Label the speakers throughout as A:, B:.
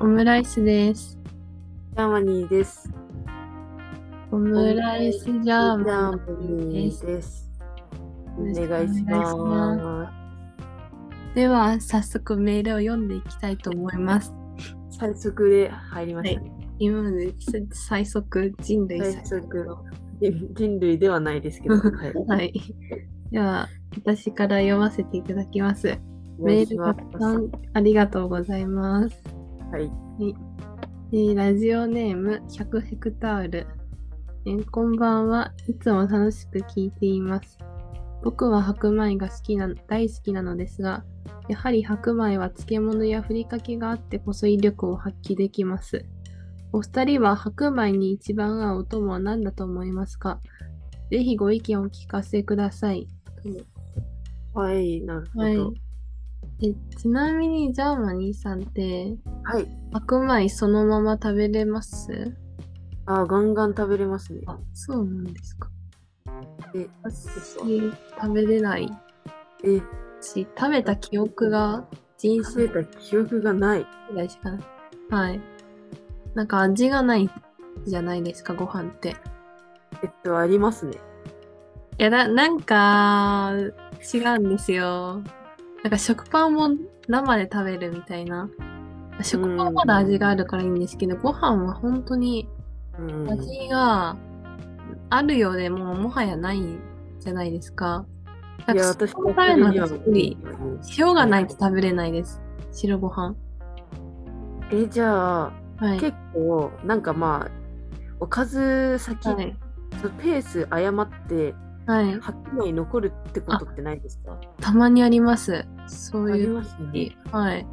A: オムライスです。
B: ジャーマニーです。
A: オムライスジャー
B: ジャ
A: マ
B: ーマ
A: ンで
B: ニ
A: す
B: ー。です。お
A: よろしくお
B: 願
A: 願
B: い
A: い
B: し
A: します
B: ま
A: では、早速メールを読んでいきたいと思います。
B: す。最速で入りましたね。
A: 今まで最速、人類最
B: 最
A: 速。
B: 速。人人類ではないですけど。はい。
A: はい。では、私から読ませていただきます。
B: お願
A: メ
B: いし
A: ール
B: ま
A: た
B: す
A: くさんありがとうございます。
B: はい。
A: えーラジオネーム100ヘクタール、えーこんばんはいつも楽しく聞いています僕は白米が好きな大好きなのですがやはり白米は漬物やふりかけがあってこそ威力を発揮できますお二人は白米に一番合うお供は何だと思いますかぜひご意見をお聞かせください。
B: はい。なるほ
A: はい
B: ど。。
A: えちなみにジャーマニーさんって
B: はい。
A: 白米そのまま食べれます
B: あー、ガンガン食べれますね。
A: あ、そうなんですか。
B: え、
A: 私
B: そう
A: 食べれない
B: え、
A: し、食べた記憶が人
B: 食べ
A: 生
B: た記憶がない。
A: ぐらいしかない。はい。なんか味がないじゃないですか、ご飯って。
B: えっと、ありますね。
A: いや、ななんか違うんですよ。なんか食パンも生で食べるみたいな。食パンはまだ味があるからいいんですけど、ご飯は本当に
B: うん。
A: 味があるようでもうもはやないじゃないですか。なん
B: い
A: か
B: や、私
A: そういうのがすごい
B: うん
A: 塩がないと食べれないです。白ご飯。
B: え、じゃあ、
A: はい。
B: 結構、なんかまあ、おかず先、
A: はい。
B: そのペース誤って、
A: はい。
B: 白米残るってことってないですか
A: たまにあります。そういう
B: ます
A: 時。はい。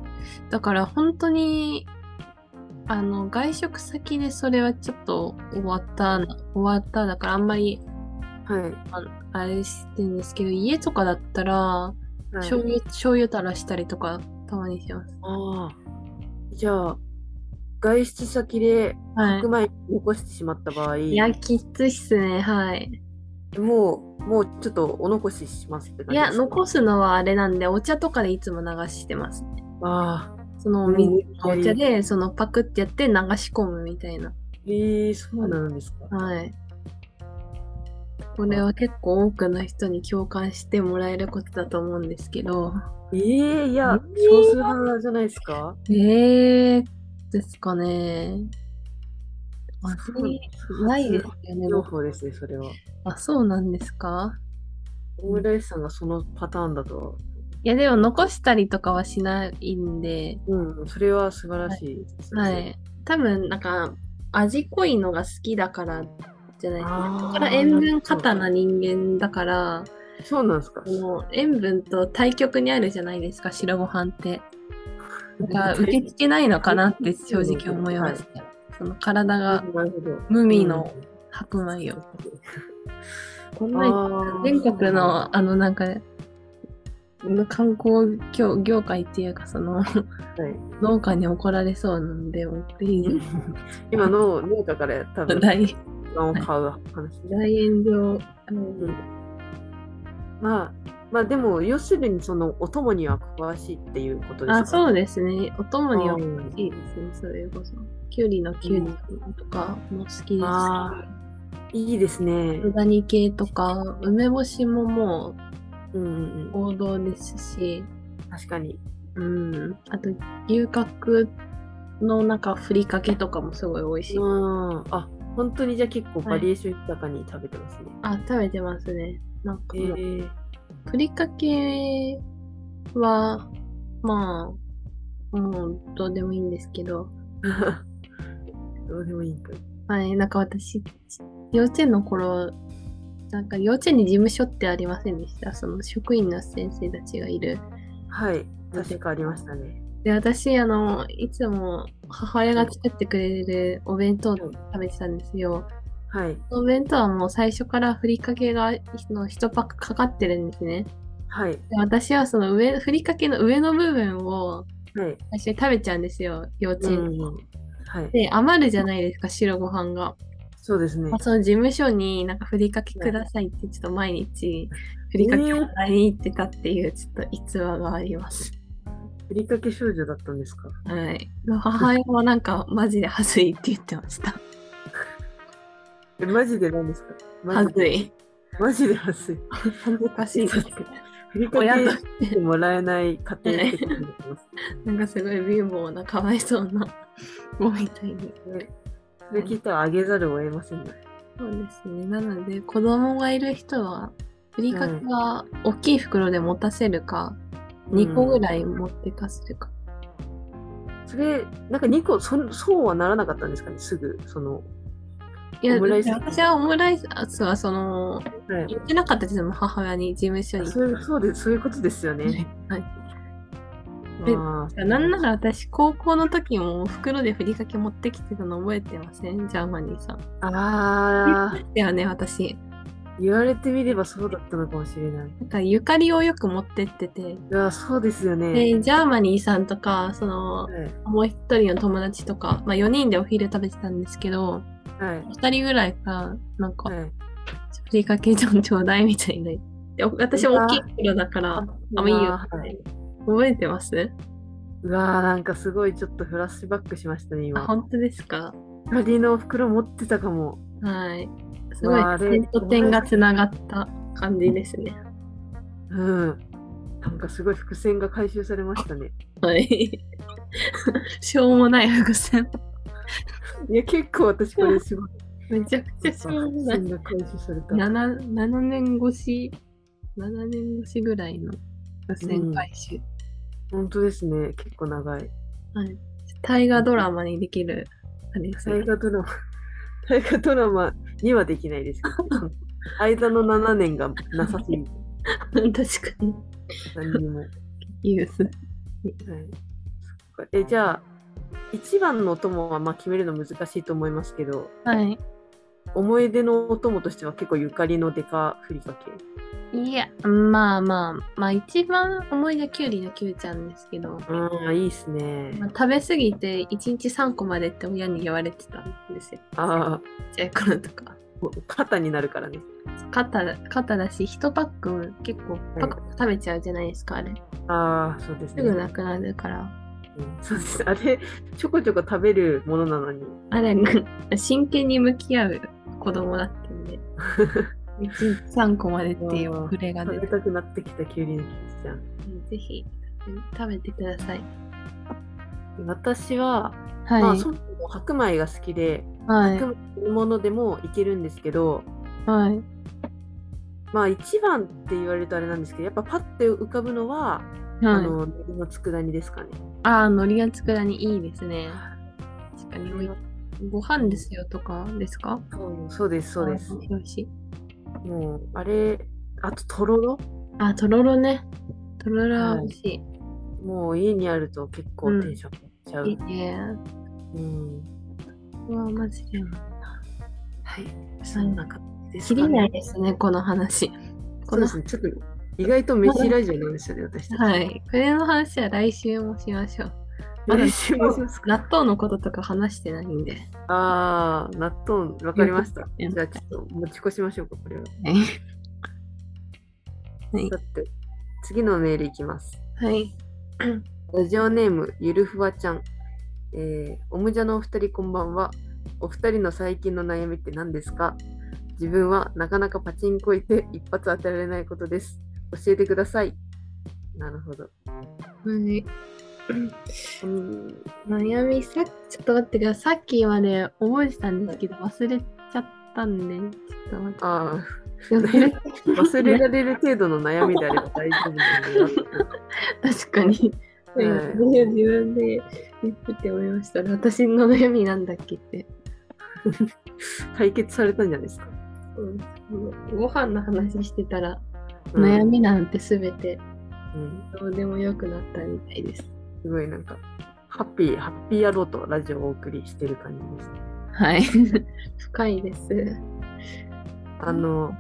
A: だから本当に、あの、外食先でそれはちょっと終わったな、終わった。だからあんまり、
B: はい。
A: ああれしてんですけど、家とかだったら、
B: はい、
A: 醤油、醤油垂らしたりとか、たまにします。
B: ああ。じゃあ、外出先で
A: はい
B: 白。米残してしまった場合、
A: いや、きついっすね。はい。
B: もう、もうちょっとお残ししますって感
A: い
B: じで
A: や、
B: す
A: 残すのはあれなんで、お茶とかでいつも流してます。
B: ああ。
A: そのお水
B: うん
A: お茶で、そのパクってやって流し込むみたいな。
B: えー、そうなんですか。
A: はい。これは結構多くの人に共感してもらえることだと思うんですけど。
B: えー、い
A: え
B: や、
A: ー
B: 少数派じゃないですか
A: えー、ですかね。あ
B: す
A: そう
B: ごい
A: ないですよね。
B: 情
A: 僕
B: 報ですね、それは。
A: あ、そうなんですか
B: オムライスさんがそのパターンだとは。
A: いや、でも残したりとかはしないんで、
B: うん、それは素晴らしいですね。
A: はい。多分、なんか、味濃いのが好きだからじゃないですか。
B: あー
A: だから塩分過多な人間だから、
B: そうなんですか。
A: その塩分と対極にあるじゃないですか、白ご飯って。だから、受け付けないのかなって正直思いました。その体が
B: なるほど。
A: 無味の白米を。 こんなに
B: あー
A: 全国の、あの、なんか、観光業業界っていうか、その、
B: はい
A: 農家に怒られそうなんで、もうプリーズ
B: 今の農家から多分、
A: 大
B: を買う話で
A: 大炎上、あの
B: んまあ、まあでも、要するにそのお供には詳しいっていうことです
A: あそううですねお供には欲
B: ん
A: しいですねそれこそきゅうりのきゅうりとかも好きですし
B: あいいですね。
A: 豚煮系とか梅干しもも
B: うんう
A: う
B: ん
A: 王道ですし
B: うん、確かに。
A: うんあと牛角の中ふりかけとかもすごい美味しい、
B: うん。あ、本当にじゃあ結構バリエーション豊かに食べてますね。
A: あ食べてますねなんか、
B: えー、
A: ふりかけはまあもうどうでもいいんですけど
B: どうでもいいんかい。
A: はい、なんか私、幼稚園の頃、なんか幼稚園に事務所ってありませんでした。その職員の先生たちがいる。
B: はい。確かありましたね。
A: で、私、あの、いつも母親が作ってくれるお弁当を食べてたんですよ。
B: はい。
A: そのお弁当はもう最初からふりかけがの1パックかかってるんですね。
B: はい。
A: で私はその上、ふりかけの上の部分を
B: はい。
A: 最初に食べちゃうんですよ、幼稚
B: う
A: 園。
B: ん。はい。
A: で、余るじゃないですか、白ご飯が。
B: そうですね
A: まあ、。その事務所になんかふりかけくださいってちょっと毎日ふりかけを買いに行ってたっていうちょっと逸話があります。
B: ふりかけ少女だったんですか
A: はい。母親もなんか、マジではずいって言ってました。
B: え、マジで何ですかマ
A: は
B: ジ
A: ず
B: で。
A: い。
B: マジではずい。
A: 恥ずかしいですけど。
B: ふりか
A: 親と
B: け
A: して
B: してもらえない家庭って ことになってます。
A: なんかすごい貧乏な、かわいそう な、もみたいに。
B: それきっとあげざるを得ませんね。
A: そうですね。なので、子供がいる人は、ふりかけは大きい袋で持たせるか、2個ぐ
B: い。
A: らい持ってかせるか。
B: それ、なんか2個そ、そうはならなかったんですかね、すぐ。その、
A: いや、
B: オムライス
A: 私はオムライスは、その、
B: はい
A: 言ってなかったですもん、母親に、事務所に。
B: そういうそうですそういうことですよね。
A: はいで
B: あー
A: なんなら私、高校の時も袋でふりかけ持ってきてたの覚えてませんジャーマニーさん。
B: あー、
A: だよね、私。
B: 言われてみればそうだったのかもしれな
A: な
B: い。
A: んか、ゆかりをよく持ってってて、
B: いや、そうですよね。
A: で、ジャーマニーさんとか、その、
B: はい
A: もう一人の友達とか、まあ4人でお昼食べてたんですけど、
B: はい。
A: 2人ぐらいから、なんか、
B: はい。
A: ふりかけちゃんちょうだいみたいな。でお私も大きい袋だから、あ、もういいよ
B: は。
A: 覚えてます
B: うわーなんかすごいちょっとフラッシュバックしましたね、
A: あ、
B: 今。
A: 本当ですか
B: 二人の袋持ってたかも。
A: はい。すごい
B: わああ、れ
A: 点と点がつながった感じですね。
B: うん。なんかすごい伏線が回収されましたね。
A: はい。 しょうもない伏線。
B: いや、結構私これすごい。
A: めちゃくちゃしょうもない。
B: が回収された。
A: 7, 7年越し、7年越しぐらいの伏線回収。
B: 本当ですね。結構長い。
A: はい。大河ドラマにできる、あれです
B: 大
A: ね。
B: 河ドラマ、 大河ドラマにはできないですけど、間の7年がなさすぎて、
A: 確かに。
B: 何にも。はい、
A: ユース。
B: そっかえ、じゃあ、一番のお供はまあ決めるの難しいと思いますけど、
A: はい。
B: 思い出のお供としては結構ゆかりのデカふりかけ。
A: いや、まあまあ、まあ一番思い出きゅうりのきゅうちゃんですけど、
B: ああ、いいっすね。
A: まあ、食べ過ぎて1日3個までって親に言われてたんですよ。
B: ああ、
A: ちっちゃい頃とか。
B: 肩になるからね。
A: 肩肩だし、1パック結構パクパク食べちゃうじゃないですか、あれ。
B: ああ、そうです
A: す
B: ね。
A: ぐなくなるから。
B: うんそうです。あれ、ちょこちょこ食べるものなのに。
A: あれ、 真剣に向き合う子供だったん で、1日3個までっていう遅れが出
B: 食べ
A: て、
B: たくなってきたきゅうりのキスちゃん。
A: ぜひ食べてください。
B: 私は、
A: はい。
B: まあ、そもそも白米が好きで、
A: はい。
B: 白米のものでもいけるんですけど、
A: はい。
B: まあ一番って言われるとあれなんですけど、やっぱパッて浮かぶのは、あ
A: はい、
B: の、海苔の佃煮ですかね。
A: ああ、海苔が佃煮いいですね。確かにおい。ご飯ですよとかですか
B: そうそうです、そうです。
A: あー美味しい。
B: もう、あれ、あととろろ
A: あ、とろろね。とろろは美味しい。
B: もう家にあると結構テンション上がっちゃう。
A: い、いね。
B: うん。
A: うわ、マジで。
B: はい。そんな感じです
A: 切
B: か
A: りな
B: ね
A: い。ですね、この話。
B: そうですね。ちょっと意外と飯ラジオなんですよね、私たち。
A: はい。これの話は来週もしましょう。まだ
B: 来週もしますか
A: 納豆のこととか話してないんで。
B: ああ、納豆、わかりました。
A: いや
B: じゃあちょっと持ち越しましょうか、これは。
A: はい
B: だ。って、次のメールいきます。
A: はい。
B: ラジオネーム、ゆるふわちゃん。えー、おむじゃのお二人、こんばんは。お二人の最近の悩みって何ですか自分はなかなかパチンコ行って一発当てられないことです。教えてください。なるほど。
A: はい
B: うん、
A: 悩みさっちょっと待ってください。さっきまで覚えてたんですけど、忘れちゃったんで、ちょっと待って。
B: あ
A: 忘れ
B: あ、忘れられる程度の悩みであれば大丈夫なんで。
A: 確かに。
B: はい
A: それを自分で言ってて思いました。私の悩みなんだっけって。
B: 解決されたんじゃないですか。
A: ご飯の話してたら、悩みなんてすべて
B: うん、うん
A: どうでもよくなったみたいです。
B: すごいなんか、ハッピー、ハッピー野郎とラジオをお送りしてる感じです。
A: はい。深いです。
B: あの、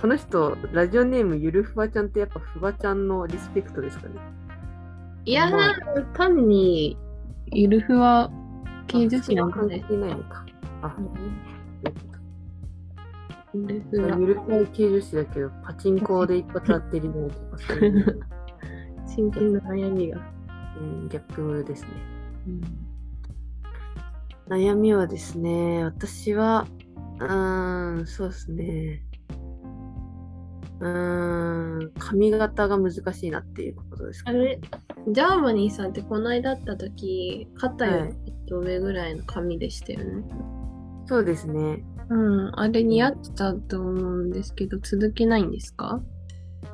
B: この人、ラジオネームゆるふわちゃんってやっぱふわちゃんのリスペクトですかね。
A: いや
B: ま
A: ー、単にゆるふわ系女子なん
B: 関係
A: で。
B: ないのか。あ、
A: ゆる
B: ゆ
A: ふわ。
B: るふわ系女子だけど、 パチンコで一発当てりのとかそういうの。
A: 真剣な悩みが。
B: うん、ギャップですね。
A: うん
B: 悩みはですね、私は、うーん、そうですね。うーん、髪型が難しいなっていうことですか
A: あ
B: ね。
A: れジャーマニーさんってこの間会った時肩よりちょっと上ぐらいの髪でしたよね、
B: そうですね。
A: うんあれ似合ってたと思うんですけど続けないんですか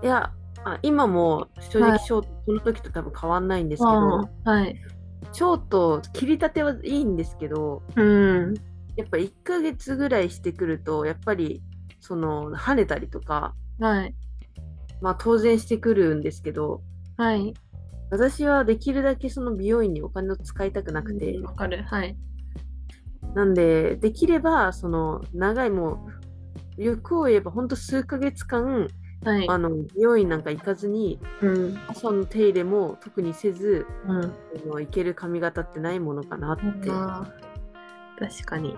B: いや、あ今も正
A: は
B: 直
A: い
B: ショート、この時と多分変わんないんですけ
A: あ
B: ど、
A: あはい
B: ショート、切りたてはいいんですけど、
A: うん
B: やっぱ1ヶ月ぐらいしてくると、やっぱり、その、跳ねたりとか、
A: はい
B: まあ当然してくるんですけど、
A: はい
B: 私はできるだけその美容院にお金を使いたくなくて、
A: うんわかるはい
B: なんで、できれば、その、長いもう、欲を言えば、ほんと数ヶ月間、
A: はい
B: あの、美容院なんか行かずに、
A: うん
B: 朝の手入れも特にせず、
A: うん
B: あの行ける髪型ってないものかなって。
A: あー確かに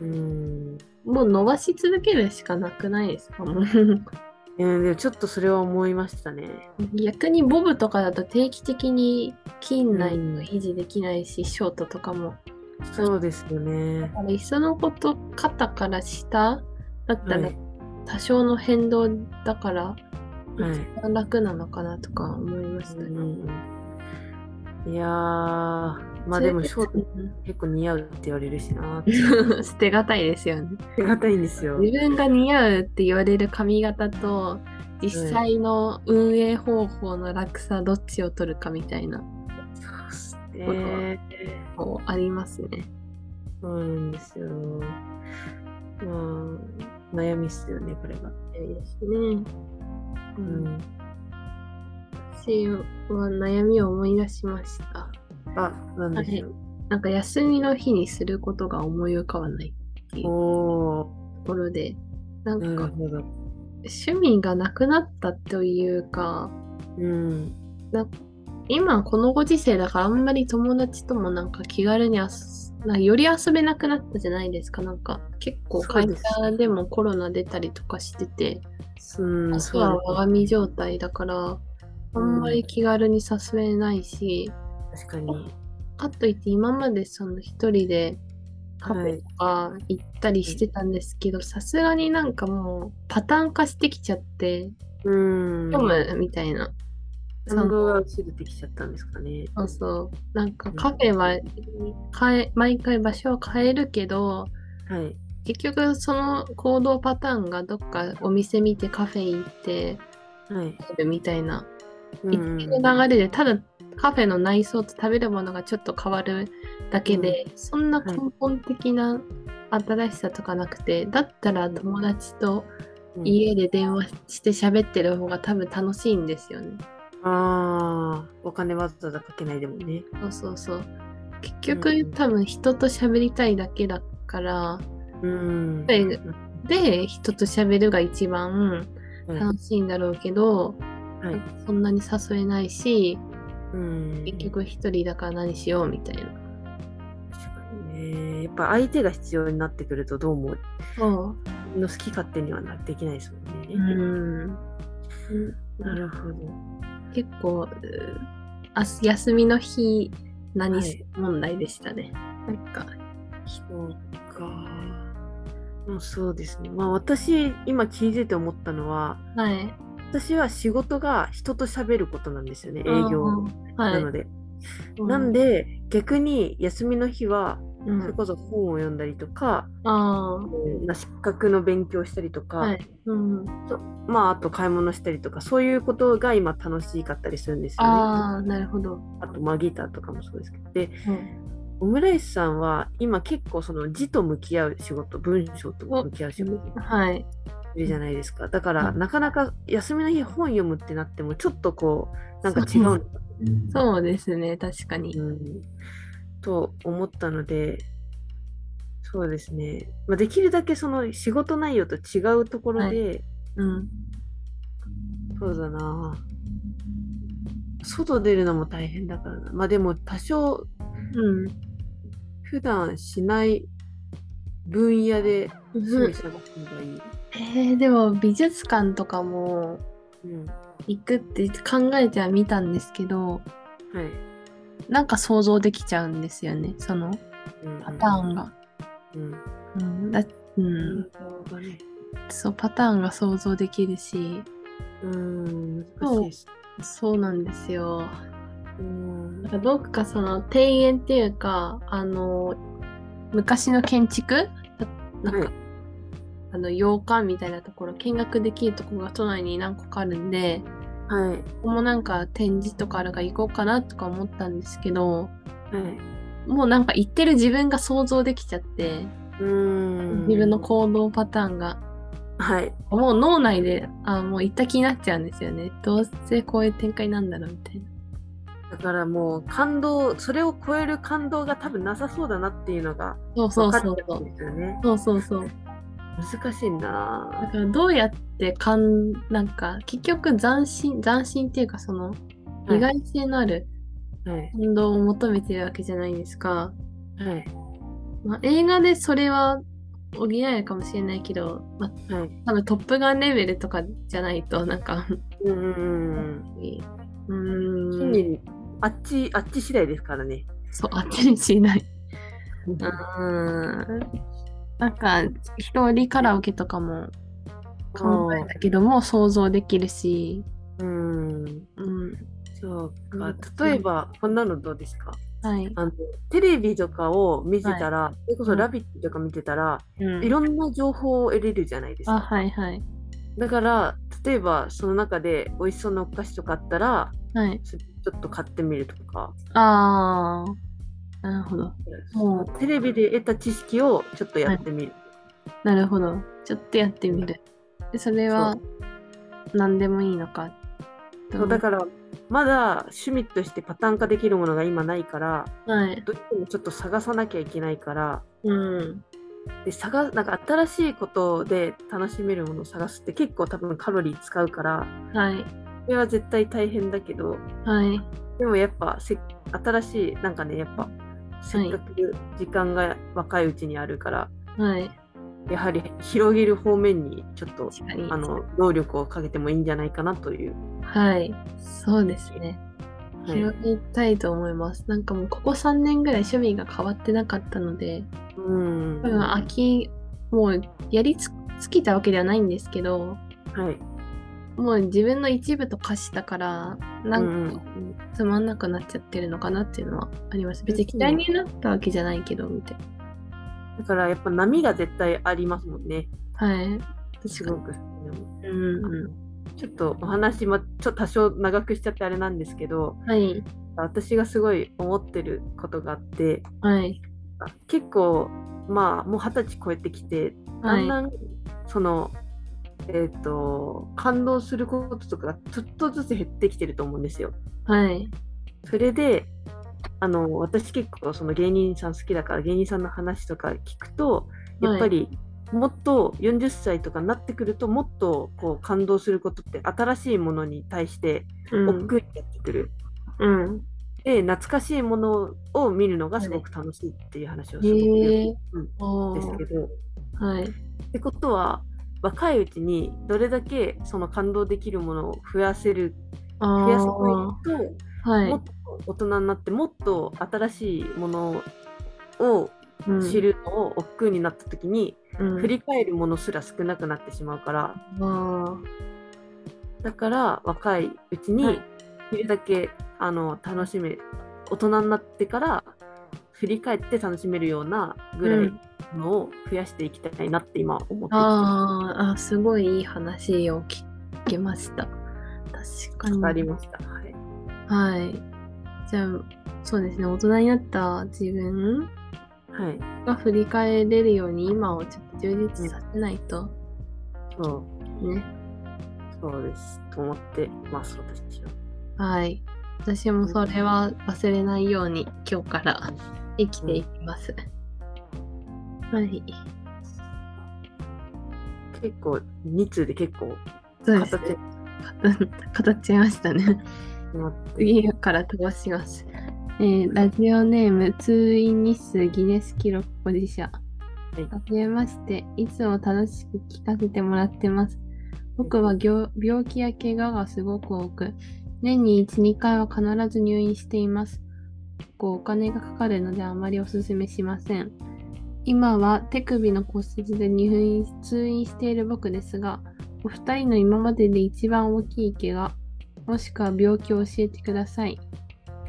B: うん。
A: もう伸ばし続けるしかなくないですかも う
B: えーでもちょっとそれは思いましたね。
A: 逆にボブとかだと定期的に筋内が維持できないし、ショートとかも
B: そうですよね。
A: あれいっそのこと肩から下だった
B: は
A: ら
B: い
A: 多少の変動だから
B: はい。
A: 一番楽なのかなとか思いましたね。
B: うんいやー、まあでも、ショート結構似合うって言われるし なー。
A: ト捨てがたいですよね。
B: 手堅いんですよ。
A: 自分が似合うって言われる髪型と実際の運営方法の落差どっちを取るかみたいな
B: そうっすね。
A: こうありますね。
B: そうなんですよ。まあ、悩みっすよね、これが。
A: ね、う、
B: うんん。
A: 私は悩みを思い出しました。
B: あ、なんでしょう。
A: なんか休みの日にすることが思い浮かばないい
B: おー、
A: ところでなん
B: なる
A: か
B: ほど。
A: 趣味がなくなったというか
B: うん。
A: 今このご時世だからあんまり友達ともなんか気軽に遊すなんかより遊べなくなったじゃないですかなんか結構
B: そう
A: 会
B: です
A: 社でもコロナ出たりとかしてて
B: うん、
A: 明日は我が身状態だからあんまり気軽に誘えないし、
B: 確かに。
A: かといって今までその一人でカフ
B: はい
A: ェとか行ったりしてたんですけどさすがになんかもうパターン化してきちゃって
B: うん。
A: 読むみたいな、そ
B: 感
A: の
B: 動が薄れてきちゃったんですかね。
A: そうそうなんかカフェは変え毎回場所は変えるけど
B: はい。
A: 結局その行動パターンがどっかお店見てカフェ行って
B: はい。
A: 食べるみたいな
B: うん
A: 一定の流れでただカフェの内装と食べるものがちょっと変わるだけで、そんな根本的な新しさとかなくて、だったら友達と
B: うん
A: 家で電話して喋ってる方が多分楽しいんですよね。
B: ああ、お金わざわざかけないでもね。
A: そうそうそう結
B: う
A: 局
B: ん
A: 多分人と喋りたいだけだから
B: うん。
A: はいで人と喋るが一番
B: はい
A: 楽しいんだろうけど、
B: はい。
A: そんなに誘えないし
B: うん。
A: 結局一人だから何しようみたいな。
B: 確かにね。やっぱ相手が必要になってくるとどうも
A: そう
B: の好き勝手にはなできないですもんね。
A: うん
B: なるほど。
A: 結構うーあす休みの日何する問題でしたね。なんか
B: そうか。もうそうですね。まあ私今聞いてて思ったのは
A: はい
B: 私は仕事が人と喋ることなんですよね営
A: う
B: 業
A: んは
B: ないので。なん
A: で、
B: で逆に休みの日は
A: う
B: それ
A: ん、
B: こそ本を読んだりとか、
A: あー
B: な資格の勉強したりとか、
A: はい、うん、
B: まああと買い物したりとかそういうことが今楽しかったりするんですよね。あ
A: ああなるほど。
B: とまあギターとかもそうですけど。で
A: うん
B: オムライスさんは今結構その字と向き合う仕事文章と向き合う仕事
A: はい
B: いるじゃないですかだから
A: う
B: なかなか休みの日本読むってなってもちょっとこうなんか違うのか
A: そうですね確かに。
B: な、うん、と思ったのでそうですね、まあ、できるだけその仕事内容と違うところで、
A: うん
B: そうだな外出るのも大変だからなまあでも多少
A: うん
B: 普段しない分野で趣
A: うん
B: 味探すのがいい。
A: えー、でも美術館とかも
B: うん
A: 行くって考えてはみたんですけど
B: はい。
A: なんか想像できちゃうんですよねその
B: うん
A: パターンが。
B: うん。うん
A: うんだうん、そうパターンが想像できるし
B: うん、難しいです。
A: そうなんですよ。
B: うん
A: なんかどっかその庭園っていうかあの昔の建築ななんか、
B: はい
A: あの洋館みたいなところ見学できるところが都内に何個かあるんで
B: はい。
A: ここもなんか展示とかあるから行こうかなとか思ったんですけど
B: はい。
A: もうなんか行ってる自分が想像できちゃって
B: うん。
A: 自分の行動パターンが
B: はい。
A: もう脳内であもう行った気になっちゃうんですよねどうせこういう展開なんだろうみたいな。
B: だからもう感動、それを超える感動が多分なさそうだなっていうのが
A: そうそ
B: 分
A: う
B: かっちゃ
A: そうそう
B: うんですよね。
A: そうそうそう
B: 難しいんだ
A: だ
B: な
A: からどうやってかんなんか結局斬新斬新っていうかその
B: ぁ
A: 意外性のある
B: はい。
A: 感動を求めてるわけじゃないですか、
B: はい。
A: まあ、映画でそれは補えるかもしれないけど、まあ、
B: はい。
A: 多分「トップガン」レベルとかじゃないとなんか
B: うんうん
A: う
B: うん。
A: ー
B: 真
A: ん
B: にあっち、あっち次第ですからね。
A: そうあっちにしない
B: うん
A: うーんなんか一人カラオケとかも考えたけども想像できるし、
B: うん。
A: うん、
B: そう
A: うん
B: か。例えば、こんなのどうですか
A: はい、
B: あのテレビとかを見てたら、それこそ「ラビット!」とか見てたら、
A: うん
B: いろんな情報を得れるじゃないです
A: あ
B: か。
A: はいはい
B: だから例えばその中で美味しそうなお菓子とかあったら
A: はい
B: それちょっと買ってみるとか、
A: ああ、なるほど。も
B: テレビで得た知識をちょっとやってみる。
A: なるほど。ちょっとやってみる。でそれは
B: そ
A: 何でもいいのか。
B: そうだからまだ趣味としてパターン化できるものが今ないから
A: はい。
B: どうしてもちょっと探さなきゃいけないから
A: うん。
B: で探なんか新しいことで楽しめるものを探すって結構多分カロリー使うから
A: はい。
B: それは絶対大変だけど
A: はい。
B: でもやっぱせ新しいなんかねやっぱせっかく時間が若いうちにあるから、
A: はい。
B: やはり広げる方面にちょっと
A: 確かに
B: あ。の労力をかけてもいいんじゃないかなという、
A: はい。そうですね。
B: はい
A: 広げたいと思います。なんかもうここ3年ぐらい趣味が変わってなかったので、
B: うん
A: 多分
B: は
A: 秋、もうやりつ尽きたわけではないんですけど、
B: い
A: もう自分の一部と化したからなん
B: う
A: かつまんなくなっちゃってるのかなっていうのはあります別に嫌いになったわけじゃないけどみたいな
B: だからやっぱ波が絶対ありますもんね
A: はい
B: す
A: 確か
B: ごく
A: にうんう
B: ちょっとお話、ま、ちょっと多少長くしちゃってあれなんですけど
A: んはい
B: 私がすごい思ってることがあって
A: はい
B: 結構まあもう二十歳超えてきてだ
A: は
B: ん
A: い
B: だん、そのえっ、と感動することとかがちょっとずつ減ってきてると思うんですよ。
A: はい
B: それであの私結構その芸人さん好きだから芸人さんの話とか聞くとやっぱりもっと40歳とかになってくるともっとこう感動することって新しいものに対して
A: う
B: 億
A: ん
B: 劫になってくる。
A: うん
B: で懐かしいものを見るのがすごく楽しいっていう話をすごく
A: へ
B: 言
A: え
B: うん
A: お
B: うんです
A: ー
B: けど。
A: はい
B: ってことは若いうちにどれだけその感動できるものを増やせる
A: あ
B: 増やせない
A: ーはい
B: と、もっと大人になってもっと新しいものを
A: うん
B: 知るのを億劫になった時に、
A: うん
B: 振り返るものすら少なくなってしまうか
A: あ
B: ら
A: ー
B: だから若いうち
A: は
B: に
A: い
B: できるだけあの楽しめ大人になってから振り返って楽しめるようなぐら
A: う
B: い
A: ん
B: のを増やしていきたいなって今思ってきてます
A: あーあすごいいい話を聞けました確かに
B: ありました。はい
A: はい。じゃあ、そうですね、大人になった自分
B: はい
A: が振り返れるように今をちょっと充実させないと
B: そう
A: ね。
B: そうです。と思ってます、私は。
A: はい。私もそれは忘れないように今日から生きていきます。はい。
B: 結構、2通で結構、
A: そうです
B: 形
A: ね
B: に。
A: 語っちゃいましたね。
B: なって。
A: 次から飛ばします。えーラジオネーム通院日数ギネス記録保持者。
B: い
A: はじめまして、いつも楽しく聞かせてもらってます。僕はぎょ病気や怪我がすごく多く、年に1、2回は必ず入院しています。結構お金がかかるのであまりおすすめしません。今は手首の骨折で入院通院している僕ですが、お二人の今までで一番大きい怪我、もしくは病気を教えてください。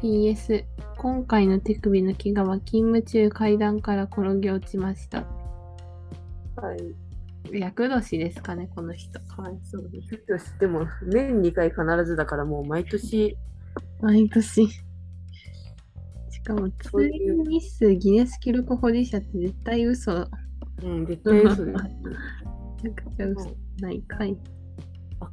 A: PS、今回の手首の怪我は勤務中階段から転げ落ちました。
B: はい。
A: 厄年ですかね、この人。かわいそうに。
B: でも、年2回必ずだから、もう毎年、
A: 毎年。しかも、通
B: そういう
A: 院日数ギネス記録保持者って絶対嘘、め
B: うん、絶対 嘘で
A: ちゃくちゃ嘘ないかい。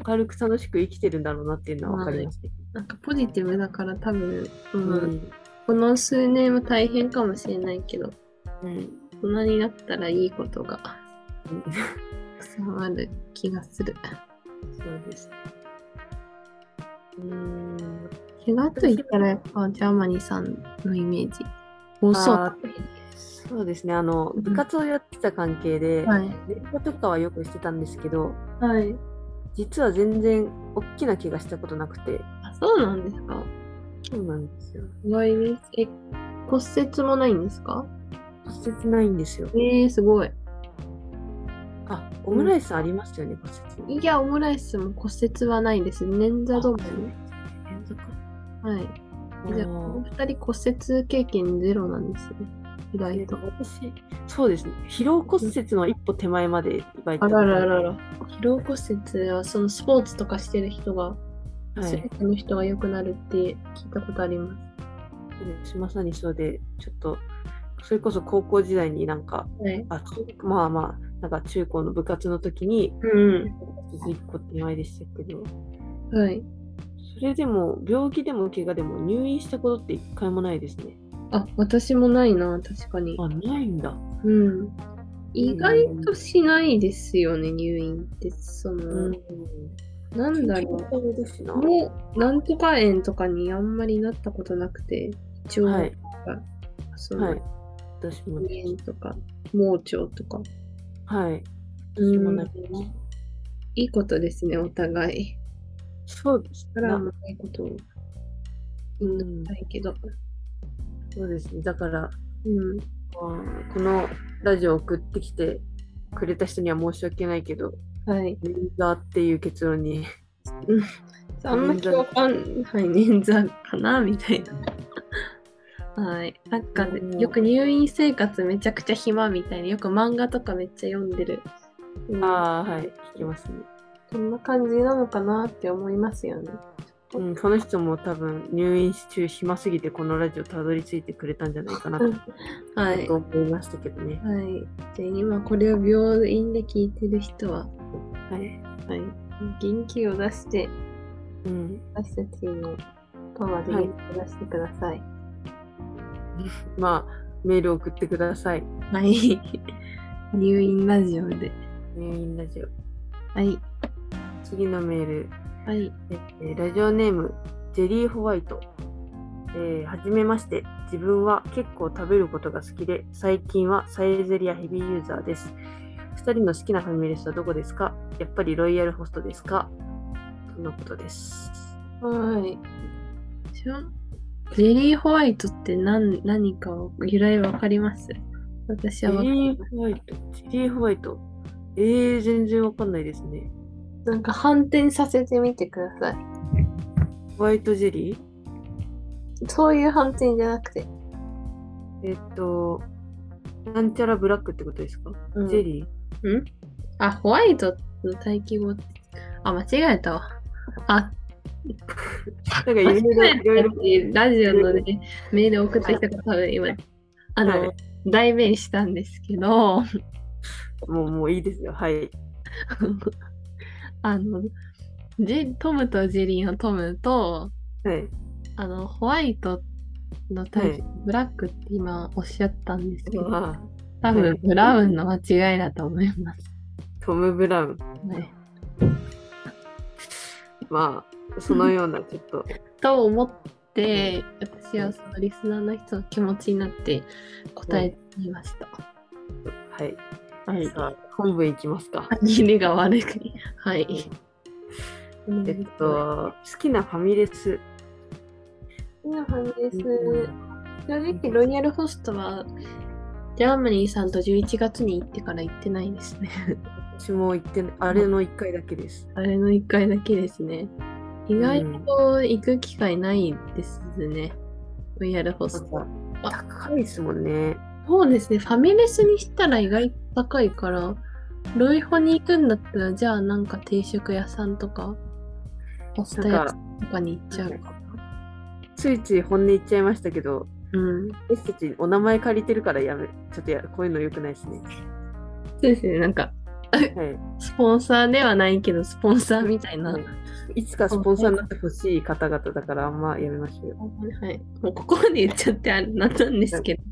B: 明るく楽しく生きてるんだろうなっていうのは分かりますね。
A: なんかポジティブだから多分、う
B: うんん。
A: この数年は大変かもしれないけど、
B: うん。
A: 大人になったらいいことがたくさんある気がする。
B: そうです。うーん。
A: 怪我と言ったらやっぱジャーマニさんのイメージ。多そう。
B: あーそうですね。あの、
A: うん
B: 部活をやってた関係で、
A: はい。
B: 連行とかはよくしてたんですけど、
A: はい。
B: 実は全然大きな気がしたことなくて。
A: あ、そうなんですか
B: そうなんですよ。
A: 意外です。え、骨折もないんですか
B: 骨折ないんですよ。
A: えー、すごい。
B: あ、オムライスありましたよね、骨折。
A: いや、オムライスも骨折はないです。捻挫止め。
B: 連続
A: はい。じゃあ、お
B: あ
A: 二人骨折経験ゼロなんですね。意
B: ー
A: 外
B: えっと
A: と。
B: 私、そうですね。疲労骨折の一歩手前までバイト
A: あらららら。疲労骨折は、そのスポーツとかしてる人が、
B: は
A: 全
B: い。
A: ての人が良くなるって聞いたことあります。
B: まさにそうで、ちょっと、それこそ高校時代になんか、
A: はい。
B: あ中まあまあ、なんか中高の部活の時に、
A: うん、
B: 続一個手前でしたけど、
A: うん。はい。
B: それでも、病気でも怪我でも入院したことって一回もないですね。
A: あ、私もないな、確かに。
B: あ、ないんだ。
A: うん。意外としないですよね、入院って。その、
B: うん。
A: なんだろう。
B: ろですな。
A: もう、なんとか園とかにあんまりなったことなくて、一応、
B: はい。
A: その、
B: はい。私も、
A: 鼻炎とか、盲腸とか。
B: はい。
A: う
B: 私も
A: ん
B: ない。
A: いいことですね、お互い。
B: そうです
A: だから、もういいことを言い
B: うん
A: たいけど。
B: そうですね。だから、
A: うん。
B: このラジオを送ってきてくれた人には申し訳ないけど、
A: はい。
B: 捻挫っていう結論に。
A: あんま共感、はい、捻挫かな、みたいな。はい。なんか、
B: うん
A: よく入院生活めちゃくちゃ暇みたいな、よく漫画とかめっちゃ読んでる。うん
B: ああ、はい、聞きますね。
A: そんな感じなのかなって思いますよね。
B: うん、この人も多分入院中暇すぎてこのラジオたどり着いてくれたんじゃないかなと,、
A: はい。はい。じゃ
B: 思いましたけどね。
A: あ今これを病院で聞いてる人は、
B: はい。
A: はい、元気を出して、
B: うん。
A: 私たちのパワーで元気を出してください。
B: まあ、メール送ってください。
A: はい。 入院ラジオで。
B: 入院ラジオ。
A: はい。
B: 次のメール、
A: はい。
B: えーラジオネーム、ジェリー・ホワイト。えーはじめまして、自分は結構食べることが好きで、最近はサイゼリアヘビーユーザーです。2人の好きなファミレスはどこですかやっぱりロイヤルホストですかとのことです。
A: はい。しょジェリーホワイトって何何かを由来わかります私
B: ジ
A: は
B: ェ
A: わか
B: リー・ホワイト。ジェリー・ホワイト。えー、全然わかんないですね。
A: なんか反転させてみてください。
B: ホワイトジェリー
A: そういう反転じゃなくて。
B: えっと、なんちゃらブラックってことですか、
A: うん
B: ジェリー
A: んあ、ホワイトの待機語ってあ、間違えたわ。あ、
B: なんかい
A: 間
B: ろ
A: 違
B: いろ
A: え
B: いろいろ
A: たってラジオのね、メール送ってきたこと多分今、あの、
B: はい
A: 代弁したんですけど、
B: もう、もういいですよ。はい。
A: あの、ジェトムとジェリーのトムと、
B: はい。
A: あの、ホワイトの対比、
B: は
A: ブラックって今おっしゃったんですけど、
B: まあ、
A: 多
B: は
A: 分
B: い
A: ブラウンの間違いだと思います
B: トム・ブラウン。
A: ね。
B: まあ、そのような、ちょっと、
A: と思って、私はそのリスナーの人の気持ちになって答えてみました。
B: はい。
A: はい。
B: さあ、本文いきますか。
A: 歯切れが悪い。はい。うん
B: えっと、好きなファミレス。
A: 好きなファミレス、正直ロイヤルホストはジャーマニーさんと11月に行ってから行ってないですね。
B: 私も行ってない、あれの1回だけです。
A: あれの1回だけですね。意外と行く機会ないですね。VR ホスト。あ
B: 高いですもんね。
A: そうですね。ファミレスにしたら意外と高いから、ロイホに行くんだったら、じゃあなんか定食屋さんとか、パスタ
B: な
A: 屋
B: ん
A: さ
B: か、
A: んとかに行っちゃうかも。
B: ついつい本音言っちゃいましたけど、
A: うん。そ
B: 私たちお名前借りてるからやめ、ちょっとやこういうの良くな いですね。
A: うですね。なんか、
B: は
A: スポンサーではないけど、スポンサーみたいな。
B: ははい。いつかスポンサーになってほしい方々だから、あんまやめましょうよ。
A: はい。もうここまで言っちゃってあれなんなんですけど。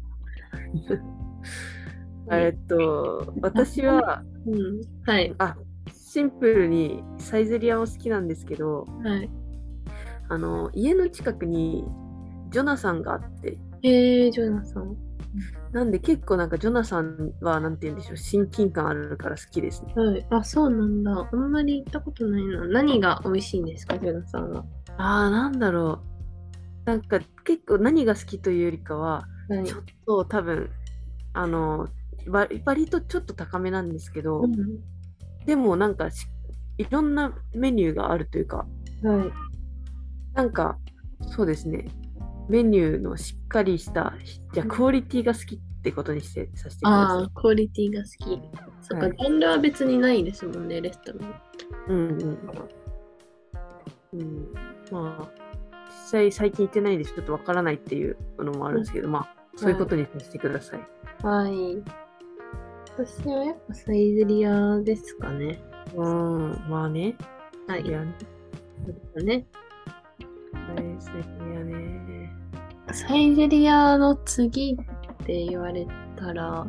B: えっと、私は、
A: うん。はい。
B: あ、シンプルにサイゼリアも好きなんですけど、
A: はい。
B: あの、家の近くにジョナサンがあって、
A: えー、ジョナさん。
B: なんで結構なんかジョナサンはなんて言うんでしょう親近感あるから好きですね。
A: はい。あ、そうなんだ。あんまり行ったことないな。何が美味しいんですか、ジョナさんは。
B: ああなんだろうなんか結構何が好きというよりかは
A: はい
B: ちょっと多分あのわ割とちょっと高めなんですけど、
A: う
B: でもなんかしいろんなメニューがあるというか
A: ん。はい。
B: なんかそうですねメニューのしっかりしたじゃあクオリティが好きってことにしてさせてくだ
A: あ
B: さ
A: あ、クオリティが好き。そっか、
B: はい
A: ジャンルは別にないですもんね、レストラン。
B: い。うんうんうん、まあ実際最近行ってないんでちょっとわからないっていうのもあるんですけど、まあそういうことにさせてください。
A: はい。私はやっぱサイゼリアですかね。
B: うん、まあね。
A: はい。
B: いやね。
A: ね。
B: 素敵やね。
A: サイゼリアの次って言われたら、
B: は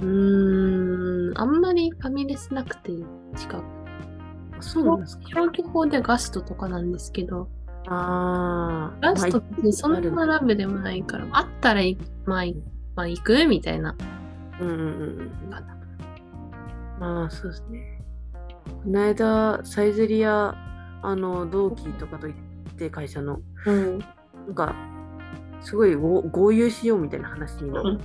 A: うーん、あんまりファミレスなくて近く。
B: い。そうなんですか。
A: 消去法でガストとかなんですけど、
B: ああ。
A: ガストっ
B: ま
A: てそんなラブでもないから、あったらい、まあ、いまあ、行くみたいな。
B: あうんうんうん。まあ、そうですね。この間、サイゼリア、あの、同期とかと行って、会社の、
A: うん。
B: なんか、すごいご合流しようみたいな話になって、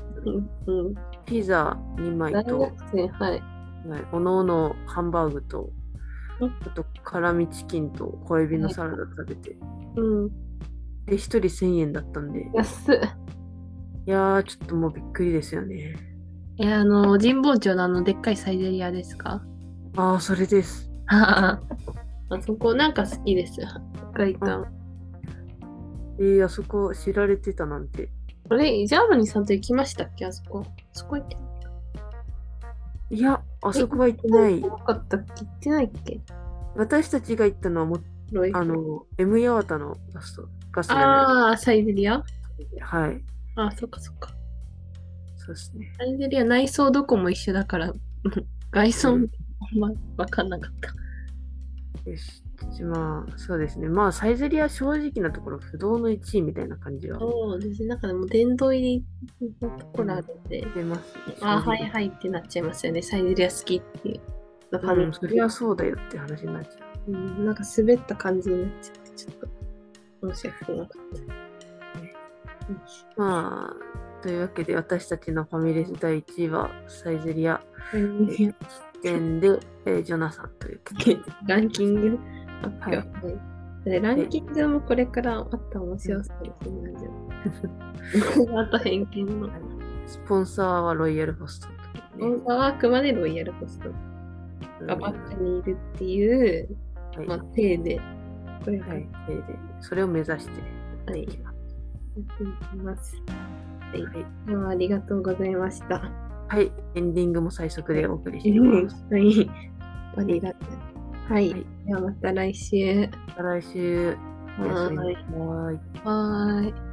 A: うん。うん。
B: ピザ2枚
A: 大
B: と
A: 学、生、はい。
B: はい、おのおのハンバーグと、あと、辛味チキンと小エビのサラダ食べて、
A: うん。
B: で、1人1000円だったんで、
A: 安っ。
B: いやー、ちょっともうびっくりですよね。
A: いや、あの、神保町のあの、でっかいサイゼリアですか
B: ああ、それです。
A: あそこなんか好きです。外観。
B: えー、あそこ知られてたなんて。
A: あれ、ジャーマニーさんと行きましたっけあそこ。そこ行って
B: いや、あそこは行ってない。
A: なかったっけ行ってないっけ
B: 私たちが行ったのはも、
A: ロイ
B: あの、M ヤワタのガスト。ガストじゃな
A: あー、サイゼリア
B: いはい。
A: あー、そっかそっか。
B: そうですね。
A: サイゼリア内装どこも一緒だから、 外装もあんま分かんなかった。
B: よし。じゃあまあ、そうですね。まあ、サイゼリア正直なところ不動の1位みたいな感じは
A: そうですね。なんかでも殿堂入りのところあるんで、
B: 出ます、ね。
A: あー、
B: 正
A: は
B: 直
A: いはいってなっちゃいますよね。サイゼリア好きっていう。ファミ
B: うん、そりゃそうだよって話になっちゃ
A: うん、なんか滑った感じになっちゃって、ちょっと申し訳なかった。
B: う。まあ、というわけで私たちのファミレス第1位はサイゼリア。
A: うん
B: 点で、えージョナサンということで。
A: ランキング発表。
B: はい
A: でランキングもこれからあったら面白そうですね。ラ ジオあと偏見の。
B: スポンサーはロイヤルホストと
A: オンサーはあくまでロイヤルホストがバックにいるっていう、
B: はい
A: まあ、体で、これからや
B: はいででそれを目指して
A: はい
B: いきます。
A: っていきます。はい
B: はい
A: 今日はありがとうございました。
B: はい、エンディングも最速でお送りしています。
A: はい。バリだはい。
B: はい
A: ではまた来週。
B: また来週、おやすみなさい。
A: はーい。